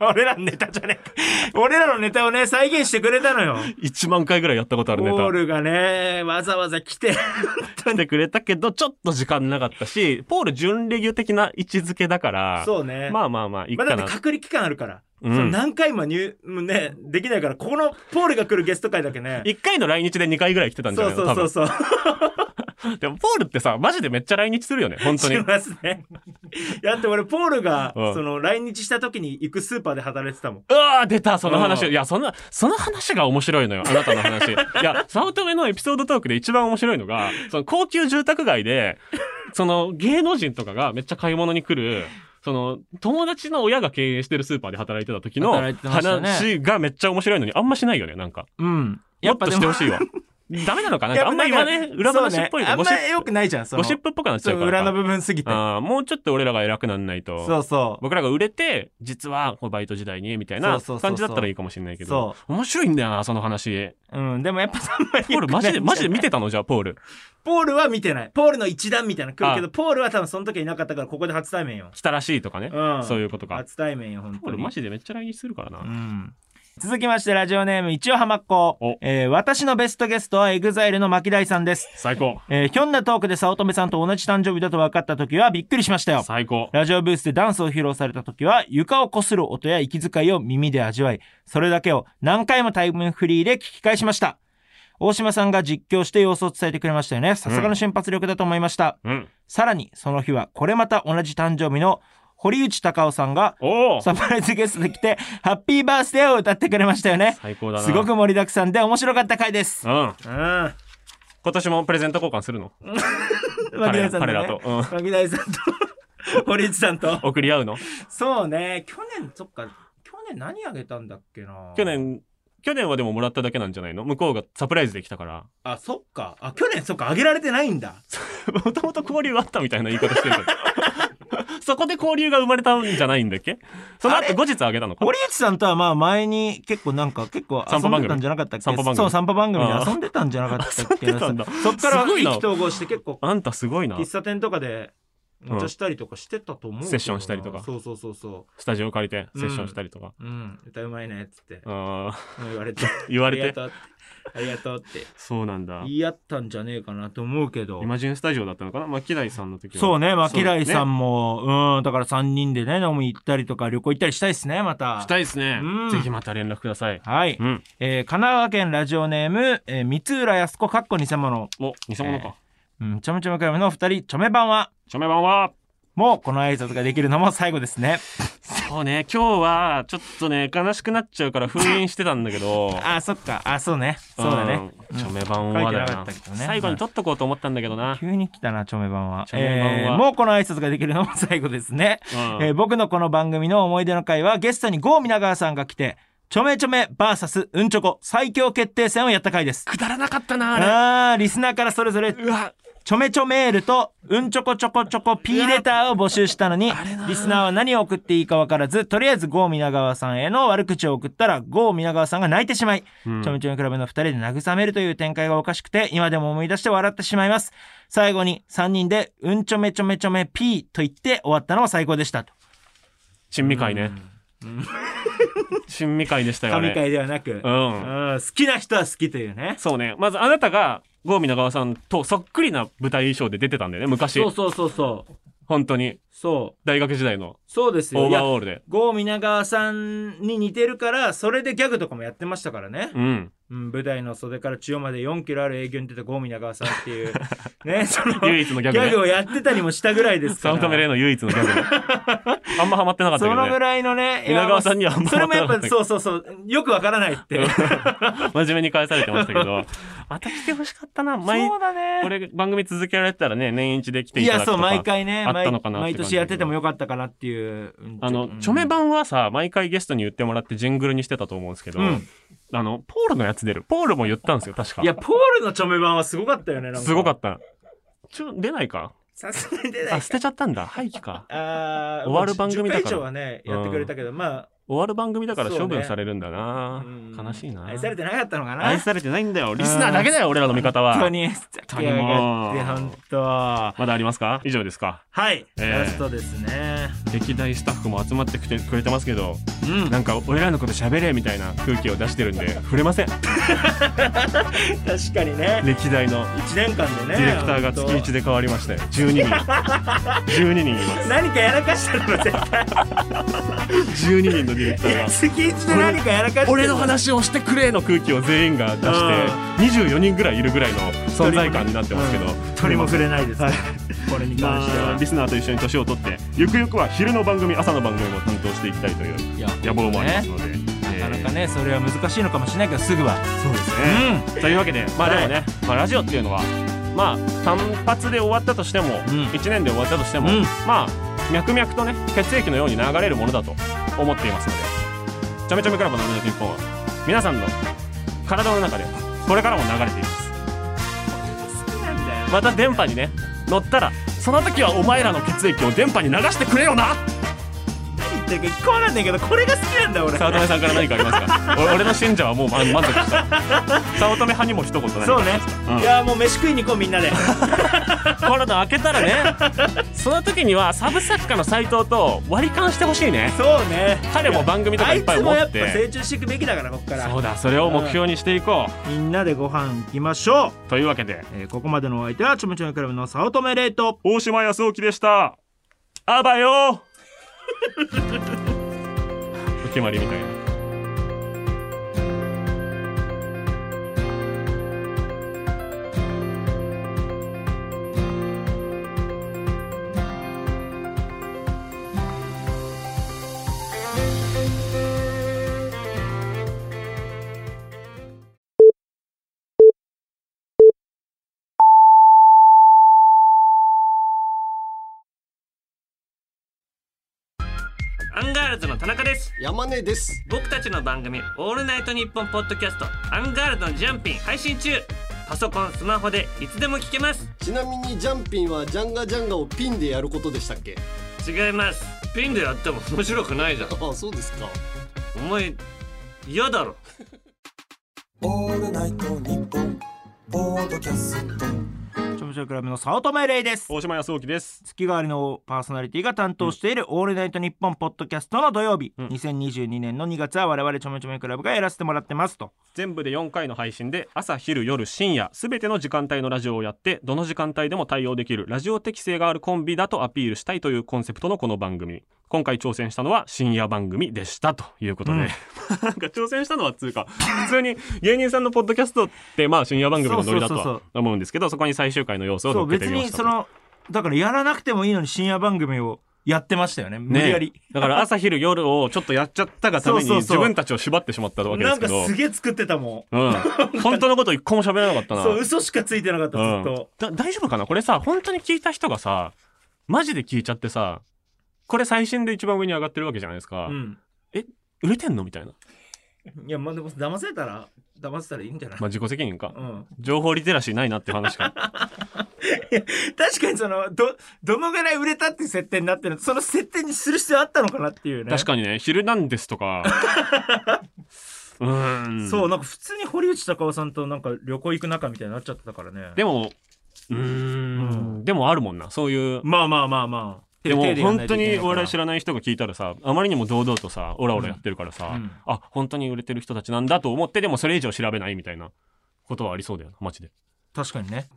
Speaker 1: 俺らのネタじゃねえか俺らのネタをね再現してくれたのよ
Speaker 2: 1万回ぐらいやったことある
Speaker 1: ポ
Speaker 2: ネタ
Speaker 1: ー。ルがねわざわざ来て
Speaker 2: 来てくれたけど、ちょっと時間なかったし、ポール準レギュ的な位置づけだから、
Speaker 1: そうね
Speaker 2: まあまあまあ、いい
Speaker 1: ま
Speaker 2: か
Speaker 1: あ、だ
Speaker 2: な。
Speaker 1: って隔離期間あるから、
Speaker 2: うん
Speaker 1: その何回も入、もうね、できないから、ここのポールが来るゲスト会だけね。
Speaker 2: 1回の来日で2回ぐらい来てたんじゃ
Speaker 1: そ
Speaker 2: な
Speaker 1: う
Speaker 2: いの
Speaker 1: そう
Speaker 2: 多
Speaker 1: そう
Speaker 2: 分。
Speaker 1: そう。
Speaker 2: でも、ポールってさ、マジでめっちゃ来日するよね、本当
Speaker 1: し
Speaker 2: に。
Speaker 1: ますね。だって俺、ポールが、
Speaker 2: うん
Speaker 1: その、来日した時に行くスーパーで働いてたもん。
Speaker 2: うわー出たその話。
Speaker 1: うん
Speaker 2: いや、その、その話が面白いのよ。あなた の話。いや、早乙女のエピソードトークで一番面白いのが、その高級住宅街で、その芸能人とかがめっちゃ買い物に来る、その友達の親が経営してるスーパーで働いてた時の
Speaker 1: 働いてましたね
Speaker 2: 話がめっちゃ面白いのにあんましないよね、なんか。
Speaker 1: うん。
Speaker 2: もっとしてほしいわ。 ダメなのかなあんまり言わね、裏話っぽい
Speaker 1: そうね
Speaker 2: ゴ
Speaker 1: あ
Speaker 2: シ
Speaker 1: んま
Speaker 2: ッ
Speaker 1: 良くないじゃん。
Speaker 2: プ、
Speaker 1: その
Speaker 2: ゴシップっぽくなっち
Speaker 1: そ
Speaker 2: ゃ
Speaker 1: う
Speaker 2: うから
Speaker 1: 裏
Speaker 2: か。
Speaker 1: の部分すぎて。
Speaker 2: あーもうちょっと俺らが偉くなんないと。
Speaker 1: そうそう。
Speaker 2: 僕らが売れて実はこうバイト時代にみたい
Speaker 1: そ
Speaker 2: な
Speaker 1: うそうそうそう
Speaker 2: 感じだったらいいかもしれないけど
Speaker 1: そ
Speaker 2: 面白いんだよなその話
Speaker 1: うん、でもやっぱあんまり
Speaker 2: ポー
Speaker 1: 良
Speaker 2: ル
Speaker 1: くない
Speaker 2: マ
Speaker 1: んじ
Speaker 2: ジ
Speaker 1: ゃない
Speaker 2: でマジで見てたのじゃあポール
Speaker 1: ポールは見てない。ポールの一段みたいなの来るけど、
Speaker 2: あ
Speaker 1: ポールは多分その時はいなかったから、ここで初対面よ。
Speaker 2: 来たらしいとかね
Speaker 1: うん。
Speaker 2: そういうことか
Speaker 1: 初対面よ、本
Speaker 2: ポ
Speaker 1: 当
Speaker 2: ール
Speaker 1: に。
Speaker 2: マジでめっちゃ来日するからな
Speaker 1: うん。続きまして、ラジオネーム、一応浜っ子
Speaker 2: お。
Speaker 1: えー、私のベストゲストはエグザイルの巻大さんです。
Speaker 2: 最高
Speaker 1: えー、ひょんなトークで早乙女さんと同じ誕生日だと分かった時はびっくりしましたよ。
Speaker 2: 最高
Speaker 1: ラジオブースでダンスを披露された時は床を擦る音や息遣いを耳で味わい、それだけを何回もタイムフリーで聞き返しました。大島さんが実況して様子を伝えてくれましたよね。さすがの瞬発力だと思いました。
Speaker 2: うん
Speaker 1: さらに、その日はこれまた同じ誕生日の堀内孝雄さんが
Speaker 2: おお
Speaker 1: サプライズゲストで来て、ハッピーバースデーを歌ってくれましたよね。
Speaker 2: 最高だな
Speaker 1: すごく盛りだくさんで面白かった回です
Speaker 2: う。ん
Speaker 1: うん。マ
Speaker 2: 今年もプレゼント交換するの
Speaker 1: キダイさんと、ね。
Speaker 2: 彼らとうん
Speaker 1: マキダイさんと、堀内さん と。
Speaker 2: 送り合うの
Speaker 1: そうね。去年、そっか。去年何あげたんだっけな。
Speaker 2: 去。年去年はでももらっただけなんじゃないの向こうがサプライズできたから
Speaker 1: あ、そっか。あ、去年そっか。あげられてないんだ。
Speaker 2: もともと交流があったみたいな言い方してるけど そこで交流が生まれたんじゃないんだっけその
Speaker 1: あれ
Speaker 2: 後後日あげたのか
Speaker 1: 堀内さんとはまあ前に結構なんか結構遊
Speaker 2: 散歩
Speaker 1: ん
Speaker 2: 番組
Speaker 1: でたんじゃなかったっけ
Speaker 2: 散歩番組
Speaker 1: そう、散歩番組
Speaker 2: あ
Speaker 1: で
Speaker 2: ー
Speaker 1: 遊んでたんじゃなかったっけ
Speaker 2: 遊んでたんだ
Speaker 1: そっから
Speaker 2: すごい
Speaker 1: 意
Speaker 2: な
Speaker 1: 気投合して結構
Speaker 2: あんたすごいな
Speaker 1: 喫茶店とかでお
Speaker 2: う
Speaker 1: 茶
Speaker 2: ん
Speaker 1: したりとかしてたと思うけどな
Speaker 2: セッションしたりとか
Speaker 1: そうそうそうそ
Speaker 2: スタジオ借りてセッションしたりとか、
Speaker 1: う。うん。歌うまいねっつって
Speaker 2: ああー
Speaker 1: うん言われて。
Speaker 2: 言われて
Speaker 1: ありがとうって。ありがとうって
Speaker 2: そうなんだ
Speaker 1: 言い合ったんじゃねえかなと思うけど。
Speaker 2: イマジンスタジオだったのかな牧大さんの時は
Speaker 1: そうね、まあ、キライさ
Speaker 2: も、
Speaker 1: んも、うん、だから3人でね、飲み行ったりとか旅行行ったりしたいですね、また。
Speaker 2: したいですね
Speaker 1: うん
Speaker 2: ぜひまた連絡ください
Speaker 1: はい。
Speaker 2: うん
Speaker 1: えー神奈川県ラジオネーム、えー、三浦康子かっこ偽物。
Speaker 2: お偽物か、
Speaker 1: うん、ちょめちょめクラブのお二人、ちょめ版は、
Speaker 2: 署名版は
Speaker 1: もうこの挨拶ができるのも最後ですね。
Speaker 2: そうね今日はちょっとね悲しくなっちゃうから封印してたんだ けど
Speaker 1: あ、そっか。あ、そうね。そうだね。
Speaker 2: うん署名版はだ
Speaker 1: 書いてな
Speaker 2: よ
Speaker 1: か
Speaker 2: な
Speaker 1: ったけどね
Speaker 2: 最後に取っとこうと思ったんだけどな、
Speaker 1: 急に来たな、ちょめ版は。
Speaker 2: ちょめ版は
Speaker 1: えーもうこの挨拶ができるのも最後ですね。
Speaker 2: うん
Speaker 1: えー僕のこの番組の思い出の回はゲストに郷皆川さんが来て、ちょめちょめ VS うんちょこ最強決定戦をやった回です。
Speaker 2: くだらなかったなあれ
Speaker 1: あーリスナーからそれぞれ
Speaker 2: うわ
Speaker 1: ちょめちょメールとうんちょこちょこちょこ P レターを募集したのにリスナーは何を送っていいか分からずとりあえず郷皆川さんへの悪口を送ったら郷皆川さんが泣いてしまい、
Speaker 2: うん
Speaker 1: ちょめちょめクラブの2人で慰めるという展開がおかしくて今でも思い出して笑ってしまいます最後に3人でうんちょめちょめちょめ P と言って終わったのも最高でしたと
Speaker 2: 珍味会ね、珍味会でしたよ
Speaker 1: 神
Speaker 2: ね
Speaker 1: 回ではなく、
Speaker 2: うん
Speaker 1: うん好きな人は好きというね
Speaker 2: そうねまずあなたが郷皆川さんとそっくりな舞台衣装で出てたんだよね昔
Speaker 1: そうそうそうそう
Speaker 2: 本当に
Speaker 1: そう
Speaker 2: 大学時代の
Speaker 1: そうですよ
Speaker 2: オー
Speaker 1: いや
Speaker 2: バーオールで
Speaker 1: 郷皆川さんに似てるからそれでギャグとかもやってましたからね、
Speaker 2: うん
Speaker 1: うん、舞台の袖から千代まで4キロある営業に出た郷皆川さんって いうねその
Speaker 2: 唯一のギャグね
Speaker 1: ギャグをやってたりもしたぐらいですか
Speaker 2: 早
Speaker 1: ら
Speaker 2: 乙女麗の唯一のギャ グねあんまハマってなかった
Speaker 1: そ
Speaker 2: けど
Speaker 1: のぐ
Speaker 2: ね
Speaker 1: らいのねいや
Speaker 2: 皆川さんにはあんま
Speaker 1: それもやっ
Speaker 2: わかんな
Speaker 1: ぱ
Speaker 2: い
Speaker 1: そうそうそうよくわからないって
Speaker 2: 真面目に返されてました けどまた来てほしかったな毎
Speaker 1: そうだね
Speaker 2: これ番組続けられてたらね年一で来てい
Speaker 1: い
Speaker 2: ただ
Speaker 1: や
Speaker 2: くと
Speaker 1: そう
Speaker 2: か
Speaker 1: 毎回ね
Speaker 2: あった
Speaker 1: 毎
Speaker 2: のかなって
Speaker 1: 毎
Speaker 2: 感
Speaker 1: 年
Speaker 2: じ
Speaker 1: やっててもよかったかなっていううん
Speaker 2: あの
Speaker 1: うん
Speaker 2: 著名版はさ毎回ゲストに言ってもらってジングルにしてたと思うんですけど、
Speaker 1: うん
Speaker 2: あのポールのやつ出るポールも言ったんですよ確か
Speaker 1: いやポールのチョメ版はすごかったよねなん
Speaker 2: すごか
Speaker 1: た
Speaker 2: ったちょ出ないか
Speaker 1: さすがに出ない
Speaker 2: あ捨てちゃったんだ廃棄か
Speaker 1: あー
Speaker 2: 終わる番組だ
Speaker 1: 10回
Speaker 2: から
Speaker 1: 以上はねやってくれたけど、ま
Speaker 2: 終わる番組だから
Speaker 1: そうね
Speaker 2: 処分されるんだ
Speaker 1: あ
Speaker 2: な、
Speaker 1: うん
Speaker 2: 悲しいな
Speaker 1: 愛されてなかったのかな
Speaker 2: 愛されてないんだよリスナーだけだよ俺らの味方
Speaker 1: 本当
Speaker 2: は
Speaker 1: に
Speaker 2: 当にもう
Speaker 1: 本当は
Speaker 2: まだありますか以上ですか
Speaker 1: い、
Speaker 2: えー
Speaker 1: ラストですね
Speaker 2: 歴代スタッフも集まってきてくれてますけど
Speaker 1: うん
Speaker 2: なんか俺らのこと喋れみたいな空気を出してるんで触れません
Speaker 1: 確かにね
Speaker 2: 歴代の
Speaker 1: 1年間で
Speaker 2: デ
Speaker 1: ね
Speaker 2: ィレクターが月1で変わりまして12人12人います
Speaker 1: 何かやらかしたの 絶対
Speaker 2: 12人のディレクターが
Speaker 1: 月1で何かやらかした
Speaker 2: 俺の話をしてくれの空気を全員が出して24人ぐらいいるぐらいの存在感になってますけど、
Speaker 1: 取りも触れないです、これに関しては、
Speaker 2: まあ、リスナーと一緒に年を取ってゆくゆくは昼の番組朝の番組も担当していきたいという
Speaker 1: いや
Speaker 2: 野望もありますので、え
Speaker 1: な
Speaker 2: ー
Speaker 1: かなかねそれは難しいのかもしれないけどすぐは
Speaker 2: そうですね、というわけでまあでもね、まあ、ラジオっていうのはまあ単発で終わったとしても、
Speaker 1: ん
Speaker 2: 1年で終わったとしても、
Speaker 1: うん
Speaker 2: まあ脈々とね血液のように流れるものだと思っていますので「ちゃめちゃめクラブのみの日本は皆さんの体の中でこれからも流れていますまた電波にね乗ったらその時はお前らの血液を電波に流してくれよな
Speaker 1: 言ってるかこうなんだけどこれが好きなんだ俺
Speaker 2: 早乙女さんから何かありますか お俺の信者はもうま満足した早乙女派にも一言何か
Speaker 1: そうね、
Speaker 2: うん
Speaker 1: いやもう飯食いに行こうみんな で
Speaker 2: コロナ開けたらね その時にはサブ作家の斎藤と割り勘してほしいね
Speaker 1: そうね
Speaker 2: 彼も番組とかいっぱい持
Speaker 1: あい
Speaker 2: っ
Speaker 1: つもやっぱ成
Speaker 2: て
Speaker 1: 長していくべきだからこっから
Speaker 2: そうだそれを目標にしていこ
Speaker 1: みんなでご飯行きましょう、
Speaker 2: うというわけで
Speaker 1: えーここまでのお相手はちょめちょめクラブの早乙女レイト
Speaker 2: 大島康沖でしたあばよ お決まりみたいなアンガールズの田中です
Speaker 6: 山根です
Speaker 2: 僕たちの番組「オールナイトニッポン」ポッドキャスト「アンガールズのジャンピン」配信中パソコンスマホでいつでも聞けます
Speaker 6: ちなみにジャンピンはジャンガジャンガをピンでやることでしたっけ
Speaker 2: 違いますピンでやっても面白くないじゃん
Speaker 6: ああそうですか
Speaker 2: お前嫌だろ
Speaker 7: オールナイトニッポンポッドキャスト
Speaker 1: ちょめちょめクラブの早乙女レイです
Speaker 2: 大島康沖です
Speaker 1: 月替わりのパーソナリティが担当している「オールナイトニッポン」ポッドキャストの土曜日、
Speaker 2: うん
Speaker 1: 2022年の2月は我々ちょめちょめクラブがやらせてもらってますと
Speaker 2: 全部で4回の配信で朝昼夜深夜すべての時間帯のラジオをやってどの時間帯でも対応できるラジオ適性があるコンビだとアピールしたいというコンセプトのこの番組今回挑戦したのは深夜番組でしたということで、
Speaker 1: うん
Speaker 2: なんか挑戦したのはつうか普通に芸人さんのポッドキャストってまあ深夜番組のノリだと
Speaker 1: そうそう
Speaker 2: は
Speaker 1: そう
Speaker 2: 思うんですけどそこに最終回の要素を
Speaker 1: そ
Speaker 2: 乗
Speaker 1: う
Speaker 2: っけて
Speaker 1: 別
Speaker 2: みまし
Speaker 1: に
Speaker 2: た
Speaker 1: そ
Speaker 2: と
Speaker 1: のだからやらなくてもいいのに深夜番組をやってましたよね無理やり、
Speaker 2: ねだから朝昼夜をちょっとやっちゃったがために
Speaker 1: そうそうそう
Speaker 2: 自分たちを縛ってしまったわけで
Speaker 1: な
Speaker 2: す
Speaker 1: ん
Speaker 2: け
Speaker 1: か
Speaker 2: ど
Speaker 1: すげえ作ってたも
Speaker 2: うん、本当のこと一個も喋らなかった
Speaker 1: ん
Speaker 2: な
Speaker 1: そう嘘しかついてなかったずっと、
Speaker 2: だ大丈夫かなこれさ本当に聞いた人がさマジで聞いちゃってさこれ最新で一番上に上がってるわけじゃないですか、
Speaker 1: うん
Speaker 2: 売れてんのみたいな、
Speaker 1: いやまあでも騙せたら騙せたらいいんじゃない、
Speaker 2: まあ、自己責任か
Speaker 1: うん、
Speaker 2: 情報リテラシーないなって 話か
Speaker 1: 確かにそのどどのぐらい売れたっていう設定になってるその設定にする必要あったのかなっていうね
Speaker 2: 確かにね「ヒルナンデス」とかうーん
Speaker 1: そうなんか普通に堀内孝雄さんとなんか旅行行く仲みたいになっちゃってたからね
Speaker 2: でもうーん、でもあるもんなそういう
Speaker 1: まあまあまあまあ
Speaker 2: でも本当にお笑い知
Speaker 1: ら
Speaker 2: らない人が聞いたらさあまりにも堂々とさオラオラやってるからさ、
Speaker 1: うんうん
Speaker 2: あ本当に売れてる人たちなんだと思ってでもそれ以上調べないみたいなことはありそうだよなマジで
Speaker 1: 確かにね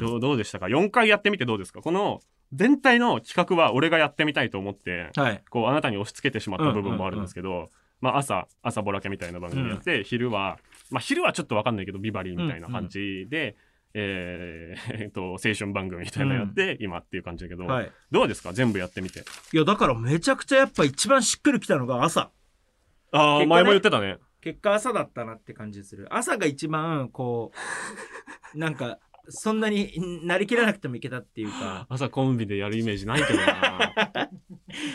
Speaker 2: どうどうでしたか4回やってみてどうですかこの全体の企画は俺がやってみたいと思って
Speaker 1: はい
Speaker 2: こうあなたに押し付けてしまった部分もあるんですけど、まあ、朝朝ボラケみたいな番組やって、昼は、まあ、昼はちょっと分かんないけどビバリーみたいな感じで、えーえっと青春番組みたいなのやって、今っていう感じだけど、
Speaker 1: はい
Speaker 2: どうですか全部やってみて
Speaker 1: いやだからめちゃくちゃやっぱ一番しっくりきたのが朝
Speaker 2: あ
Speaker 1: 結果
Speaker 2: あ、
Speaker 1: ね
Speaker 2: 前も言ってたね
Speaker 1: 結果朝だったなって感じする朝が一番こ うなんかそんなになりきらなくてもいけたっていう か
Speaker 2: 朝コンビでやるイメージないけどな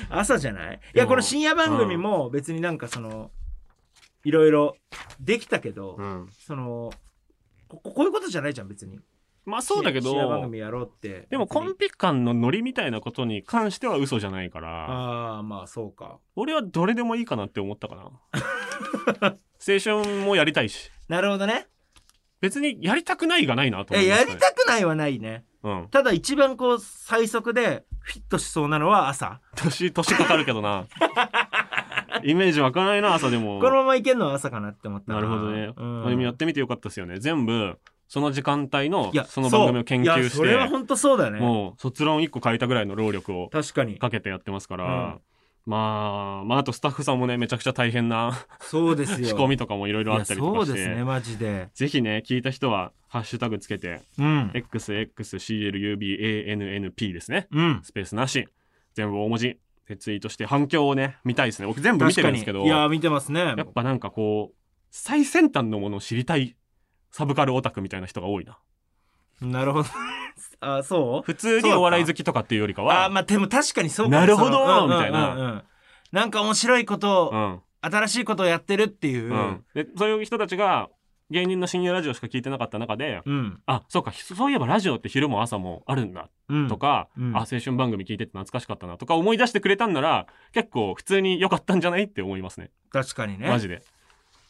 Speaker 1: 朝じゃないい
Speaker 2: で
Speaker 1: や
Speaker 2: も
Speaker 1: この深夜番組も別になんかそのいろいろできたけど、
Speaker 2: うん
Speaker 1: そのこここういうことじゃないじゃん別に
Speaker 2: まあそうだけ
Speaker 1: 深夜番
Speaker 2: ど
Speaker 1: 組やろうって
Speaker 2: でもコンビ間のノリみたいなことに関しては嘘じゃないから
Speaker 1: ああまあそうか
Speaker 2: 俺はどれでもいいかなって思ったかな青春もやりたいし
Speaker 1: なるほどね
Speaker 2: 別にやりたくないがないなと思
Speaker 1: え
Speaker 2: いま
Speaker 1: や
Speaker 2: す、ね、
Speaker 1: りたくないはないね
Speaker 2: うん
Speaker 1: ただ一番こう最速でフィットしそうなのは朝
Speaker 2: 年年かかるけどなイメージ湧かないな朝でも
Speaker 1: このままいけるのは朝かなって思った
Speaker 2: なるほどね、
Speaker 1: うん
Speaker 2: あでもやってみてよかったですよね全部その時間帯の
Speaker 1: いや
Speaker 2: その番組を研究し
Speaker 1: そういやそれは
Speaker 2: て
Speaker 1: 本当そうだね
Speaker 2: もう卒論1個書いたぐらいの労力を
Speaker 1: 確かに
Speaker 2: かけてやってますから、まあまああとスタッフさんもねめちゃくちゃ大変な
Speaker 1: そうですよ
Speaker 2: 仕込みとかもいろいろあったりと
Speaker 1: いや
Speaker 2: か
Speaker 1: そう
Speaker 2: して、
Speaker 1: ですねマジで
Speaker 2: ぜひね聞いた人はハッシュタグつけて
Speaker 1: うん
Speaker 2: XXCLUBANNP ですね。
Speaker 1: うん
Speaker 2: スペースなし。全部大文字。でツイートして反響をね、見たいですね。僕全部見てるんですけど、
Speaker 1: いや
Speaker 2: や
Speaker 1: 見てますね
Speaker 2: っぱなんかこう、最先端のものを知りたいサブカルオタクみたいな人が多いな。
Speaker 1: なるほど あそう
Speaker 2: 普通
Speaker 1: そう
Speaker 2: に
Speaker 1: か
Speaker 2: お笑い好きとかっていうよりか
Speaker 1: あ
Speaker 2: は、
Speaker 1: まあでも確かにそうかも
Speaker 2: なるほど
Speaker 1: そのうん
Speaker 2: みたいな
Speaker 1: うんうんうんなんか面白いことを、
Speaker 2: うん、
Speaker 1: 新しいことをやってるっていう、
Speaker 2: うん。で、そういう人たちが、芸人の深夜ラジオしか聞いてなかった中で、
Speaker 1: うん。
Speaker 2: あ、そうか、そういえばラジオって昼も朝もあるんだ
Speaker 1: うん。
Speaker 2: とか、
Speaker 1: うんうん
Speaker 2: あ、青春番組聞いてて懐かしかったなとか思い出してくれたんなら、結構普通に良かったんじゃないって思いますね。
Speaker 1: 確かにね。
Speaker 2: マジで。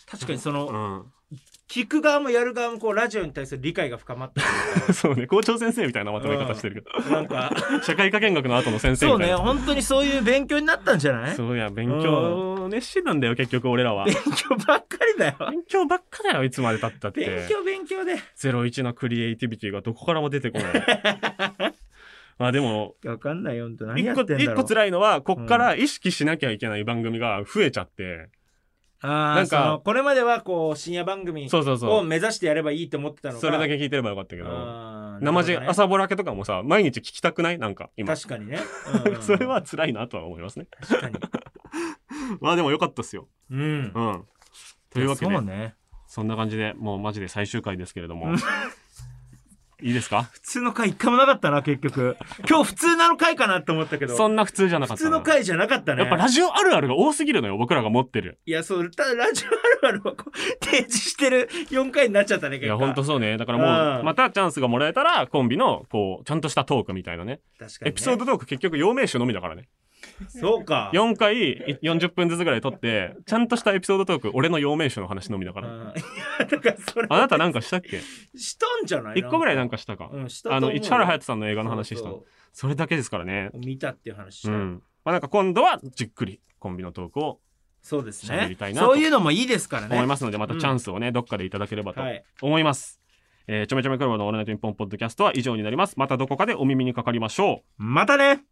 Speaker 1: 確かにその、
Speaker 2: うん。
Speaker 1: 聞く側もやる側もこうラジオに対する理解が深まったというか
Speaker 2: そうね、校長先生みたいなまとめ方してるけ
Speaker 1: なんか
Speaker 2: ど。社会科見学の後の先
Speaker 1: そ
Speaker 2: 生み
Speaker 1: う
Speaker 2: たい
Speaker 1: ね
Speaker 2: な。
Speaker 1: 本当にそういう勉強になったんじゃない
Speaker 2: そうや、勉強熱心なんだよ、結局俺らは。
Speaker 1: 勉強ばっかりだよ
Speaker 2: 勉強ばっかだよ、いつまでたったって。
Speaker 1: 勉強勉強で
Speaker 2: 01のクリエイティビティがどこからも出てこない。 まあでも、
Speaker 1: わかんないよ本当何
Speaker 2: 一
Speaker 1: や
Speaker 2: 個、
Speaker 1: ってん
Speaker 2: 一
Speaker 1: だろう
Speaker 2: 個辛いのは、こっから意識しなきゃいけない番組が増えちゃって。
Speaker 1: あ
Speaker 2: な
Speaker 1: あ
Speaker 2: んか
Speaker 1: そのこれまではこう深夜番組
Speaker 2: そうそう
Speaker 1: を
Speaker 2: そう。
Speaker 1: 目指してやればいいと思ってたのが
Speaker 2: それだけ聞いてればよかったけど。
Speaker 1: あーなるほ
Speaker 2: 生
Speaker 1: どね
Speaker 2: 地、朝ぼらけとかもさ、毎日聞きたくないなんか、今。
Speaker 1: 確か にね
Speaker 2: それは
Speaker 1: うん
Speaker 2: 辛いなとは思いますね。
Speaker 1: 確かに
Speaker 2: まあでもよかったっすよ。
Speaker 1: うん
Speaker 2: うん。 というわけで
Speaker 1: そう、ね
Speaker 2: そんな感じで、もうマジで最終回ですけれども。いいですか
Speaker 1: 普通の回一回もなかったな結 局今日普通なの回かなと思ったけど
Speaker 2: そんな普通じゃな
Speaker 1: 普
Speaker 2: かった
Speaker 1: 通
Speaker 2: な。
Speaker 1: の回じゃなかったね
Speaker 2: やっぱラジオあるあるが多すぎるのよ、僕らが持ってる。
Speaker 1: いや、そう、ただラ ジオあるあるをこう提示してる4回になっちゃったね、
Speaker 2: い
Speaker 1: 結果
Speaker 2: や、ほんとそうね。だから
Speaker 1: う
Speaker 2: もう、
Speaker 1: ん
Speaker 2: またチャンスがもらえたら、コンビの、こう、ちゃんとしたトークみたいなね。
Speaker 1: 確かに、ね。
Speaker 2: エピソードトーク結局、陽明酒のみだからね。
Speaker 1: そうか。
Speaker 2: 4回、い40分ずつぐらい撮って、ちゃんとしたエピソードトーク、俺の陽明酒の話のみだか
Speaker 1: うん。
Speaker 2: ら。
Speaker 1: いや、だからそれ、
Speaker 2: あなたなんかしたっけ
Speaker 1: したんじゃない
Speaker 2: 1個ぐらいな
Speaker 1: か、
Speaker 2: んかしたか。
Speaker 1: うん、したと
Speaker 2: あ
Speaker 1: 思う
Speaker 2: の、市原隼人さんの映画の話した
Speaker 1: そう
Speaker 2: それだけですからね
Speaker 1: そ。う見たっていう話し
Speaker 2: う
Speaker 1: た。
Speaker 2: ん。まあなんか今度は、じっくり、コンビのトークを
Speaker 1: そうです
Speaker 2: 喋
Speaker 1: ね
Speaker 2: りたい。なと
Speaker 1: そういうのもいいですからね。
Speaker 2: 思いますので、また
Speaker 1: うん
Speaker 2: チャンスをね、どっかでいただければと
Speaker 1: はい
Speaker 2: 思います。えーちょめちょめクラブのオールナイトニッポンポッドキャストは以上になります。またどこかでお耳にかかりましょう。
Speaker 1: またね